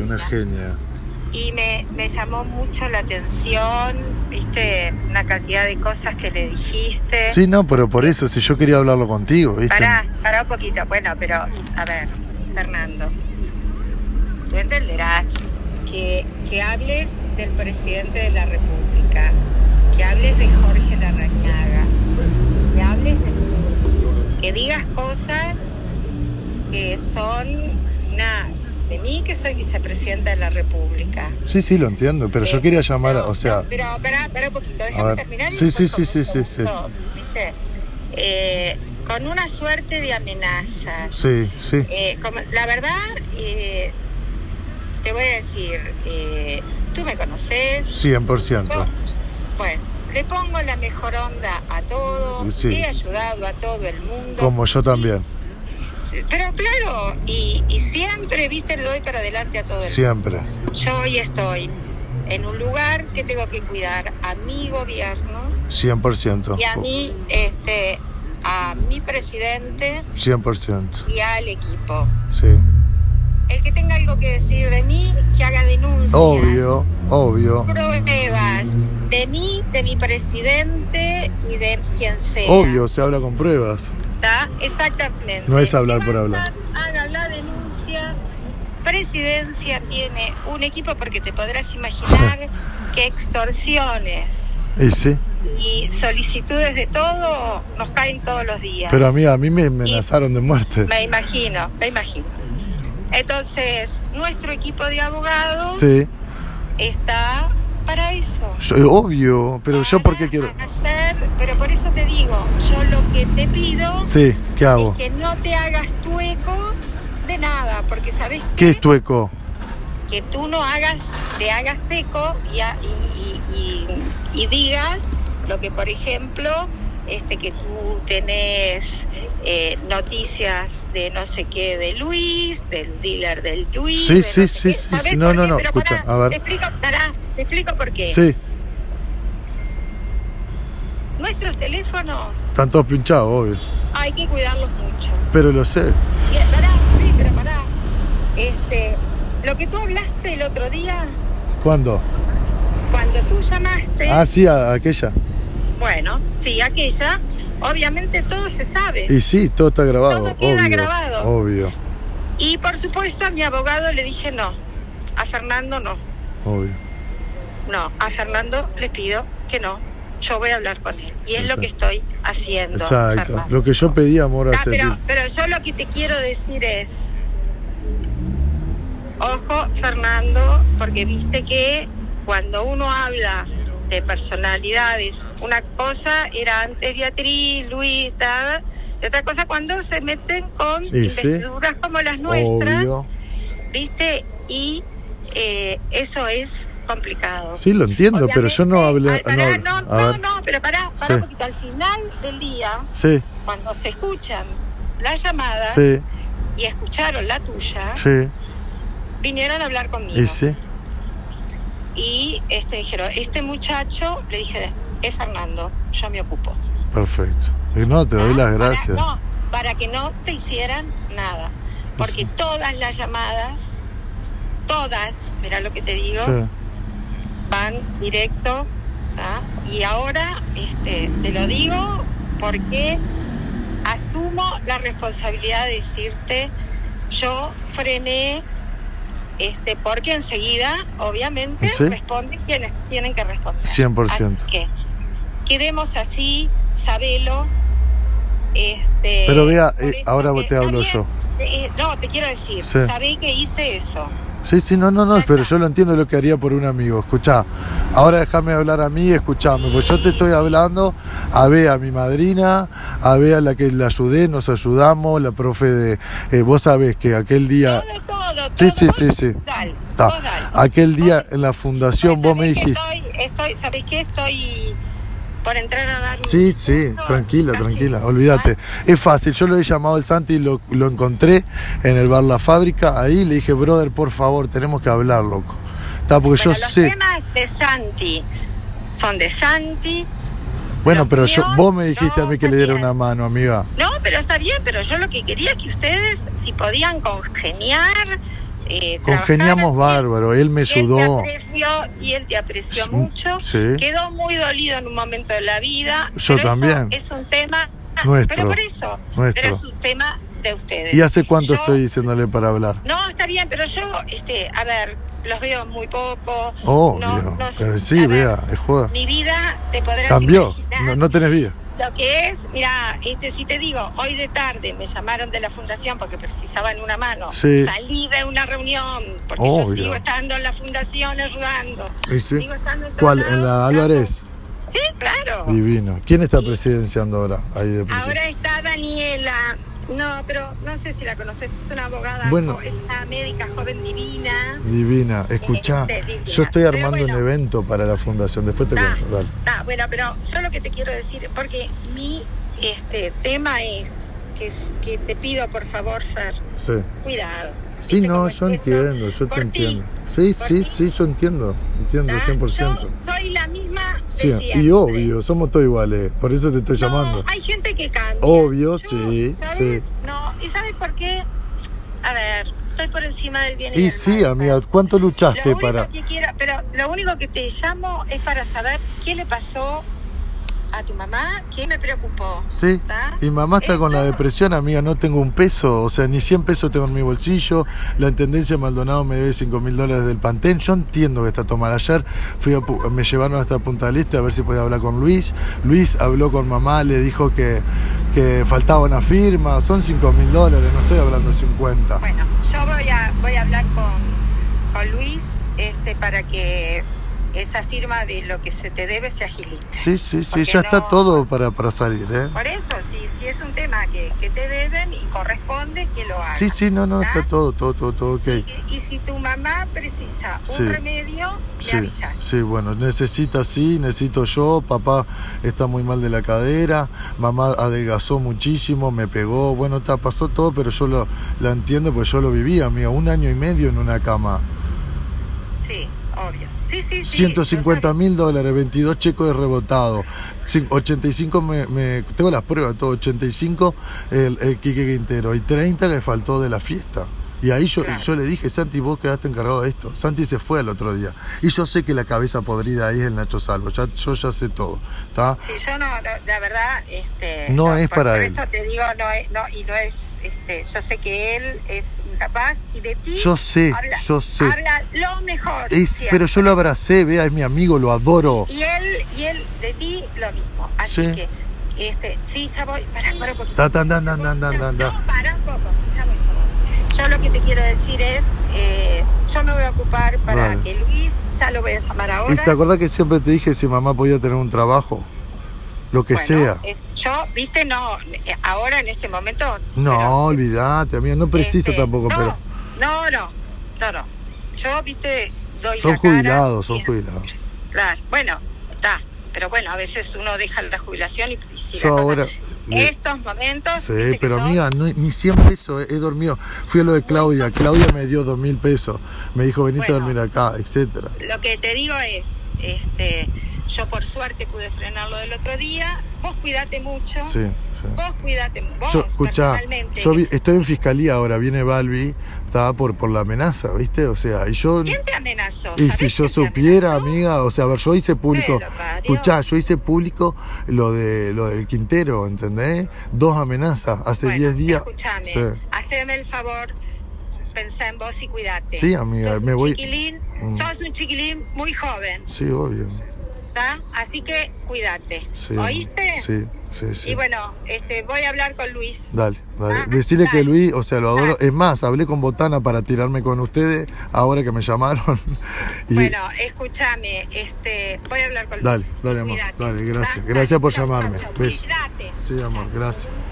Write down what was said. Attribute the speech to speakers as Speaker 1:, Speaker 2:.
Speaker 1: una genia.
Speaker 2: Y me, me llamó mucho la atención, viste, una cantidad de cosas que le dijiste.
Speaker 1: Sí, no, pero por eso, si yo quería hablarlo contigo, ¿viste?
Speaker 2: ¿Eh? Pará, pará un poquito. Bueno, pero a ver, Fernando, tú entenderás que, que hables del presidente de la República, que hables de Jorge Larrañaga, que hables de mí, que digas cosas que son una, de mí que soy vicepresidenta de la República.
Speaker 1: Sí, sí, lo entiendo, pero yo
Speaker 2: Eh,
Speaker 1: quería llamar, a-
Speaker 2: no,
Speaker 1: o sea,
Speaker 2: no, pero pará, pará un poquito, déjame
Speaker 1: ver.
Speaker 2: terminar. y
Speaker 1: Sí, sí,
Speaker 2: después
Speaker 1: sí, sí,
Speaker 2: comento,
Speaker 1: sí,
Speaker 2: comento, ¿viste? Eh, con una suerte de amenazas.
Speaker 1: sí, sí.
Speaker 2: Eh, como- la verdad, eh, te voy a decir, eh, tú me conoces.
Speaker 1: 100%.
Speaker 2: yo- bueno, le pongo la mejor onda a todo.
Speaker 1: Sí.
Speaker 2: He ayudado a todo el mundo.
Speaker 1: Como yo también,
Speaker 2: Pero claro, y, y siempre, viste, le doy para adelante a todo el
Speaker 1: siempre.
Speaker 2: Yo hoy estoy en un lugar que tengo que cuidar a mi gobierno y a
Speaker 1: 100%.
Speaker 2: mi, este, a mi presidente
Speaker 1: 100%.
Speaker 2: y al equipo.
Speaker 1: Sí.
Speaker 2: El que tenga algo que decir de mí, que haga denuncias,
Speaker 1: Obvio, obvio.
Speaker 2: pruebas de mí, de mi presidente y de quien sea.
Speaker 1: Obvio, se habla con pruebas.
Speaker 2: ¿Está? Exactamente.
Speaker 1: No es hablar por
Speaker 2: Vayan,
Speaker 1: hablar.
Speaker 2: Hagan la denuncia. Presidencia tiene un equipo porque te podrás imaginar que extorsiones
Speaker 1: Y sí.
Speaker 2: y solicitudes de todo nos caen todos los días.
Speaker 1: Pero amiga, a mí me amenazaron de muerte.
Speaker 2: Me imagino, me imagino. Entonces, nuestro equipo de abogados
Speaker 1: Sí.
Speaker 2: está para eso.
Speaker 1: Yo- obvio, pero yo
Speaker 2: Para
Speaker 1: porque quiero...
Speaker 2: hacer- pero por eso te digo, yo lo que te pido
Speaker 1: Sí, ¿qué hago?
Speaker 2: es que no te hagas tueco de nada, porque sabes
Speaker 1: ¿Qué es tueco?
Speaker 2: que tú no hagas, te hagas seco y, a- y- y- y- y digas lo que, por ejemplo, este que tú tenés eh, noticias de no sé qué de Luis, del dealer del Luis.
Speaker 1: Sí,
Speaker 2: de
Speaker 1: sí,
Speaker 2: no sé
Speaker 1: sí,
Speaker 2: qué.
Speaker 1: sí,
Speaker 2: ¿Sabés
Speaker 1: sí. No,
Speaker 2: por
Speaker 1: no,
Speaker 2: qué?
Speaker 1: no,
Speaker 2: Pero
Speaker 1: escucha,
Speaker 2: pará,
Speaker 1: a ver.
Speaker 2: Te explico, pará, te explico por qué.
Speaker 1: Sí,
Speaker 2: Nuestros teléfonos
Speaker 1: están todos pinchados, obvio.
Speaker 2: hay que cuidarlos mucho.
Speaker 1: Pero lo sé.
Speaker 2: Y, pará, sí, pero pará. Este, lo que tú hablaste el otro día,
Speaker 1: ¿Cuándo?
Speaker 2: cuando tú llamaste.
Speaker 1: Ah, sí, a- a aquella.
Speaker 2: Bueno, sí, aquella. Obviamente todo se sabe.
Speaker 1: Y sí, todo está grabado,
Speaker 2: Todo queda
Speaker 1: obvio.
Speaker 2: grabado.
Speaker 1: Obvio,
Speaker 2: Y por supuesto a mi abogado le dije no. A Fernando no.
Speaker 1: obvio.
Speaker 2: No, a Fernando le pido que no. Yo voy a hablar con él. Y es lo
Speaker 1: Exacto.
Speaker 2: que estoy haciendo.
Speaker 1: Exacto.
Speaker 2: Fernando.
Speaker 1: Lo que yo pedí, amor,
Speaker 2: Ah,
Speaker 1: hace
Speaker 2: pero, pero yo lo que te quiero decir es, ojo Fernando, porque viste que cuando uno habla de personalidades, una cosa era antes Beatriz, Luis, tal, y otra cosa cuando se meten con
Speaker 1: Y sí.
Speaker 2: investiduras como las nuestras,
Speaker 1: obvio.
Speaker 2: viste, y eh, eso es complicado.
Speaker 1: Sí, lo entiendo, pero yo no hablé.
Speaker 2: Obviamente,
Speaker 1: no,
Speaker 2: al- pará, no,
Speaker 1: a
Speaker 2: no,
Speaker 1: ver.
Speaker 2: no, pero pará, pará
Speaker 1: Sí.
Speaker 2: un poquito, al final del día
Speaker 1: Sí,
Speaker 2: cuando se escuchan las llamadas
Speaker 1: sí,
Speaker 2: y escucharon la tuya,
Speaker 1: sí,
Speaker 2: vinieron a hablar conmigo.
Speaker 1: y sí.
Speaker 2: Y este, dijeron, este muchacho, le dije, es Fernando, yo me ocupo.
Speaker 1: Perfecto. Y No, te doy
Speaker 2: ¿Ah?
Speaker 1: las
Speaker 2: Para-
Speaker 1: gracias.
Speaker 2: no, para que no te hicieran nada. Porque
Speaker 1: Sí.
Speaker 2: todas las llamadas, todas, mira lo que te digo,
Speaker 1: Sí.
Speaker 2: van directo. ¿ah? Y ahora este, te lo digo porque asumo la responsabilidad de decirte, yo frené, este, porque enseguida, obviamente,
Speaker 1: Sí.
Speaker 2: responden quienes tienen que responder.
Speaker 1: 100%.
Speaker 2: Así que quedemos así, sabelo. Este,
Speaker 1: Pero vea,
Speaker 2: por
Speaker 1: eh,
Speaker 2: eso
Speaker 1: ahora
Speaker 2: que-
Speaker 1: te hablo
Speaker 2: está
Speaker 1: yo.
Speaker 2: bien, eh, no, te quiero decir,
Speaker 1: Sí.
Speaker 2: sabé que hice eso.
Speaker 1: Sí, sí, no, no, no,
Speaker 2: Acá.
Speaker 1: pero yo lo entiendo lo que haría por un amigo. Escuchá, ahora déjame hablar a mí, escuchame, porque yo te estoy hablando a Bea, a mi madrina, a Bea, la que la ayudé, nos ayudamos, la profe de. eh, vos sabés que aquel día.
Speaker 2: Todo, todo,
Speaker 1: Sí,
Speaker 2: todo,
Speaker 1: sí,
Speaker 2: vos
Speaker 1: sí, sí.
Speaker 2: dale,
Speaker 1: Ta.
Speaker 2: vos dale.
Speaker 1: Aquel día en la fundación vos me
Speaker 2: Sabés que
Speaker 1: dijiste.
Speaker 2: Estoy, estoy, ¿Sabés qué? Estoy por entrar a dar. un
Speaker 1: Sí, sí,
Speaker 2: discurso,
Speaker 1: tranquila,
Speaker 2: casi.
Speaker 1: tranquila, olvídate. Es fácil, yo lo he llamado al Santi y lo, lo encontré en el bar La Fábrica, ahí le dije, brother, por favor, tenemos que hablar, loco. Está, porque
Speaker 2: Bueno,
Speaker 1: Pues yo
Speaker 2: los
Speaker 1: sé.
Speaker 2: temas de Santi son de Santi.
Speaker 1: Bueno,
Speaker 2: los
Speaker 1: pero yo,
Speaker 2: míos,
Speaker 1: vos me dijiste a
Speaker 2: no,
Speaker 1: mí que le diera
Speaker 2: también.
Speaker 1: una mano, amiga.
Speaker 2: No, pero está bien, pero yo lo que quería es que ustedes, si podían congeniar eh,
Speaker 1: Congeniamos
Speaker 2: trabajaron,
Speaker 1: bárbaro, él me
Speaker 2: y él te
Speaker 1: ayudó.
Speaker 2: apreció, y él te apreció
Speaker 1: Sí,
Speaker 2: mucho.
Speaker 1: sí.
Speaker 2: Quedó muy dolido en un momento de la vida.
Speaker 1: Yo
Speaker 2: pero eso
Speaker 1: también.
Speaker 2: es un tema. ah,
Speaker 1: Nuestro,
Speaker 2: Pero por eso.
Speaker 1: nuestro.
Speaker 2: Pero es un tema de ustedes.
Speaker 1: ¿Y hace cuánto
Speaker 2: Yo-
Speaker 1: estoy diciéndole para hablar?
Speaker 2: No, está bien, pero yo, este, a ver, los veo muy poco.
Speaker 1: Obvio, Oh, pero sí,
Speaker 2: a ver,
Speaker 1: vea, es joda.
Speaker 2: Mi vida, te podrás
Speaker 1: Cambió,
Speaker 2: imaginar
Speaker 1: no, no tenés vida.
Speaker 2: lo que es, mira, este, si te digo, hoy de tarde me llamaron de la fundación porque precisaban una mano.
Speaker 1: Sí.
Speaker 2: Salí de una reunión porque yo
Speaker 1: Obvio.
Speaker 2: sigo estando en la fundación ayudando.
Speaker 1: ¿Y sí?
Speaker 2: Sigo estando en todos
Speaker 1: ¿Cuál?
Speaker 2: lados,
Speaker 1: ¿En la
Speaker 2: ayudando.
Speaker 1: Álvarez?
Speaker 2: Sí, claro.
Speaker 1: Divino. ¿Quién está presidenciando ahora? Ahí de presidencia?
Speaker 2: Ahora está Daniela. No, pero no sé si la conoces, es una abogada,
Speaker 1: Bueno.
Speaker 2: jo- es una médica joven divina.
Speaker 1: Divina. Escuchá,
Speaker 2: Este, divina.
Speaker 1: yo estoy
Speaker 2: Pero
Speaker 1: armando un
Speaker 2: bueno.
Speaker 1: evento para la fundación, después te
Speaker 2: Ah,
Speaker 1: cuento, dale.
Speaker 2: ah, bueno, pero yo lo que te quiero decir, porque mi este tema es que, es- que te pido por favor, Fer,
Speaker 1: Sí.
Speaker 2: cuidado.
Speaker 1: Sí,
Speaker 2: ¿Viste
Speaker 1: no,
Speaker 2: cómo
Speaker 1: yo
Speaker 2: es esto?
Speaker 1: entiendo, yo te
Speaker 2: Por ti,
Speaker 1: entiendo. Sí,
Speaker 2: por
Speaker 1: sí,
Speaker 2: ti.
Speaker 1: sí, yo entiendo, entiendo,
Speaker 2: ¿tá?
Speaker 1: 100%.
Speaker 2: Yo soy la misma. de
Speaker 1: Sí, y
Speaker 2: siempre.
Speaker 1: obvio, somos todos iguales, por eso te estoy
Speaker 2: No,
Speaker 1: llamando.
Speaker 2: hay gente que cambia.
Speaker 1: Obvio,
Speaker 2: Yo,
Speaker 1: sí,
Speaker 2: ¿sabes?
Speaker 1: sí.
Speaker 2: No, ¿y sabes por qué? A ver, estoy por encima del bien y,
Speaker 1: Y
Speaker 2: del mal,
Speaker 1: sí,
Speaker 2: Fer.
Speaker 1: amiga, ¿cuánto
Speaker 2: Lo
Speaker 1: luchaste
Speaker 2: único
Speaker 1: para...?
Speaker 2: que quiero- pero lo único que te llamo es para saber qué le pasó a tu mamá, qué me preocupó.
Speaker 1: Sí,
Speaker 2: ¿Está?
Speaker 1: mi mamá está con la
Speaker 2: Eso-
Speaker 1: depresión, amiga, no tengo un peso, o sea, ni 100 pesos tengo en mi bolsillo, la Intendencia de Maldonado me debe 5 mil dólares del Pantén, yo entiendo que está tomar ayer, fui a Pu- me llevaron hasta Punta del Este a ver si podía hablar con Luis, Luis habló con mamá, le dijo que, que faltaba una firma, son 5 mil dólares, no estoy hablando de 50.
Speaker 2: Bueno, yo voy a, voy a hablar con, con Luis este, para que esa firma de lo que se te debe se agilite.
Speaker 1: Sí, sí, sí,
Speaker 2: Porque
Speaker 1: ya está
Speaker 2: no-
Speaker 1: todo para, para salir, ¿eh?
Speaker 2: Por eso, si, si es un tema que, que te deben y corresponde, que lo hagas.
Speaker 1: Sí, sí, no, no,
Speaker 2: ¿está?
Speaker 1: está todo, todo, todo, todo, ok.
Speaker 2: Y, y si tu mamá precisa un
Speaker 1: Sí.
Speaker 2: remedio, me
Speaker 1: Sí,
Speaker 2: avisas.
Speaker 1: sí, bueno, necesita sí, necesito yo, papá está muy mal de la cadera, mamá adelgazó muchísimo, me pegó, bueno, está, pasó todo, pero yo lo, la entiendo porque yo lo viví, amigo, un año y medio en una cama,
Speaker 2: Sí, obvio. Sí, sí, sí.
Speaker 1: 150 mil dólares, 22 checos de rebotado, Cin- 85, me, me- tengo las pruebas, todo, 85 el, el Quique Quintero y 30 que faltó de la fiesta. Y ahí yo,
Speaker 2: Claro.
Speaker 1: yo le dije, Santi, vos quedaste encargado de esto. Santi se fue al otro día. Y yo sé que la cabeza podrida ahí es el Nacho Salvo. Ya, yo ya sé todo. ¿tá?
Speaker 2: Sí, yo no, no, la verdad, este,
Speaker 1: No es
Speaker 2: por- por
Speaker 1: para él.
Speaker 2: esto te digo, no es, no, y no es, este, yo sé que él es incapaz y de ti
Speaker 1: Yo sé,
Speaker 2: habla,
Speaker 1: yo sé.
Speaker 2: habla lo mejor.
Speaker 1: Es-
Speaker 2: siempre.
Speaker 1: pero yo lo abracé, vea, es mi amigo, lo adoro.
Speaker 2: y él y él de ti lo mismo. Así
Speaker 1: Sí.
Speaker 2: que, este, sí, ya voy, pará, pará un poquito.
Speaker 1: Ta, tan, tan, tan, tan, tan, tan,
Speaker 2: No, pará un poco, ya voy, ya voy. Yo lo que te quiero decir es, eh, yo me voy a ocupar para
Speaker 1: Vale.
Speaker 2: que Luis, ya lo voy a llamar ahora.
Speaker 1: ¿Y te acordás que siempre te dije si mamá podía tener un trabajo? Lo que
Speaker 2: Bueno,
Speaker 1: sea.
Speaker 2: eh, yo, viste, no, eh, ahora en este momento.
Speaker 1: No, olvídate, amiga, no
Speaker 2: pero,
Speaker 1: precisa
Speaker 2: este,
Speaker 1: tampoco,
Speaker 2: no,
Speaker 1: pero
Speaker 2: No, no, no, no. Yo, viste, doy.
Speaker 1: son
Speaker 2: la cara,
Speaker 1: jubilados, son
Speaker 2: y-
Speaker 1: jubilados.
Speaker 2: Claro, bueno, está. Pero bueno, a veces uno deja la jubilación y. y si la
Speaker 1: Yo
Speaker 2: cosa-
Speaker 1: ahora...
Speaker 2: Estos momentos. viste
Speaker 1: Sí,
Speaker 2: que
Speaker 1: pero
Speaker 2: son-
Speaker 1: amiga, no- ni 100 pesos he, he dormido. Fui a lo de Claudia, Claudia me dio 2 mil pesos. Me dijo, venite a
Speaker 2: Bueno.
Speaker 1: dormir acá, etcétera.
Speaker 2: Lo que te digo es, este, yo por suerte pude frenarlo del otro día. Vos cuidate mucho.
Speaker 1: Sí, sí.
Speaker 2: Vos cuidate, vos
Speaker 1: Yo, escuchá,
Speaker 2: personalmente.
Speaker 1: yo vi- estoy en fiscalía ahora, viene Balbi, está por, por la amenaza, ¿viste? O sea, y yo...
Speaker 2: ¿Quién te amenazó?
Speaker 1: Y
Speaker 2: ¿Sabés
Speaker 1: si yo
Speaker 2: quién te
Speaker 1: supiera,
Speaker 2: amenazó?
Speaker 1: amiga, o sea, a ver, yo hice público,
Speaker 2: Pero, parió.
Speaker 1: escuchá, yo hice público lo de lo del Quintero, ¿entendés? Dos amenazas hace
Speaker 2: Bueno,
Speaker 1: 10 días.
Speaker 2: Escúchame,
Speaker 1: Sí.
Speaker 2: haceme el favor, pensá en vos y cuidate.
Speaker 1: Sí, amiga,
Speaker 2: Sos
Speaker 1: me
Speaker 2: un
Speaker 1: voy-
Speaker 2: Chiquilín,
Speaker 1: Mm.
Speaker 2: Sos un chiquilín muy joven,
Speaker 1: Sí, obvio.
Speaker 2: ¿está? Así que cuídate.
Speaker 1: Sí.
Speaker 2: ¿Oíste?
Speaker 1: Sí, sí, sí.
Speaker 2: Y bueno, este, voy a hablar con Luis.
Speaker 1: Dale, dale.
Speaker 2: Ah,
Speaker 1: Decirle
Speaker 2: dale.
Speaker 1: que Luis, o sea, lo adoro. Es más, hablé con Botana para tirarme con ustedes ahora que me llamaron. Y
Speaker 2: Bueno, escúchame, este, voy a hablar con Luis.
Speaker 1: Dale, dale,
Speaker 2: Y
Speaker 1: amor,
Speaker 2: cuídate,
Speaker 1: dale, gracias.
Speaker 2: ¿tá?
Speaker 1: Gracias por
Speaker 2: Chau, chau,
Speaker 1: llamarme.
Speaker 2: chau.
Speaker 1: Beso.
Speaker 2: Cuídate.
Speaker 1: Sí, amor, gracias.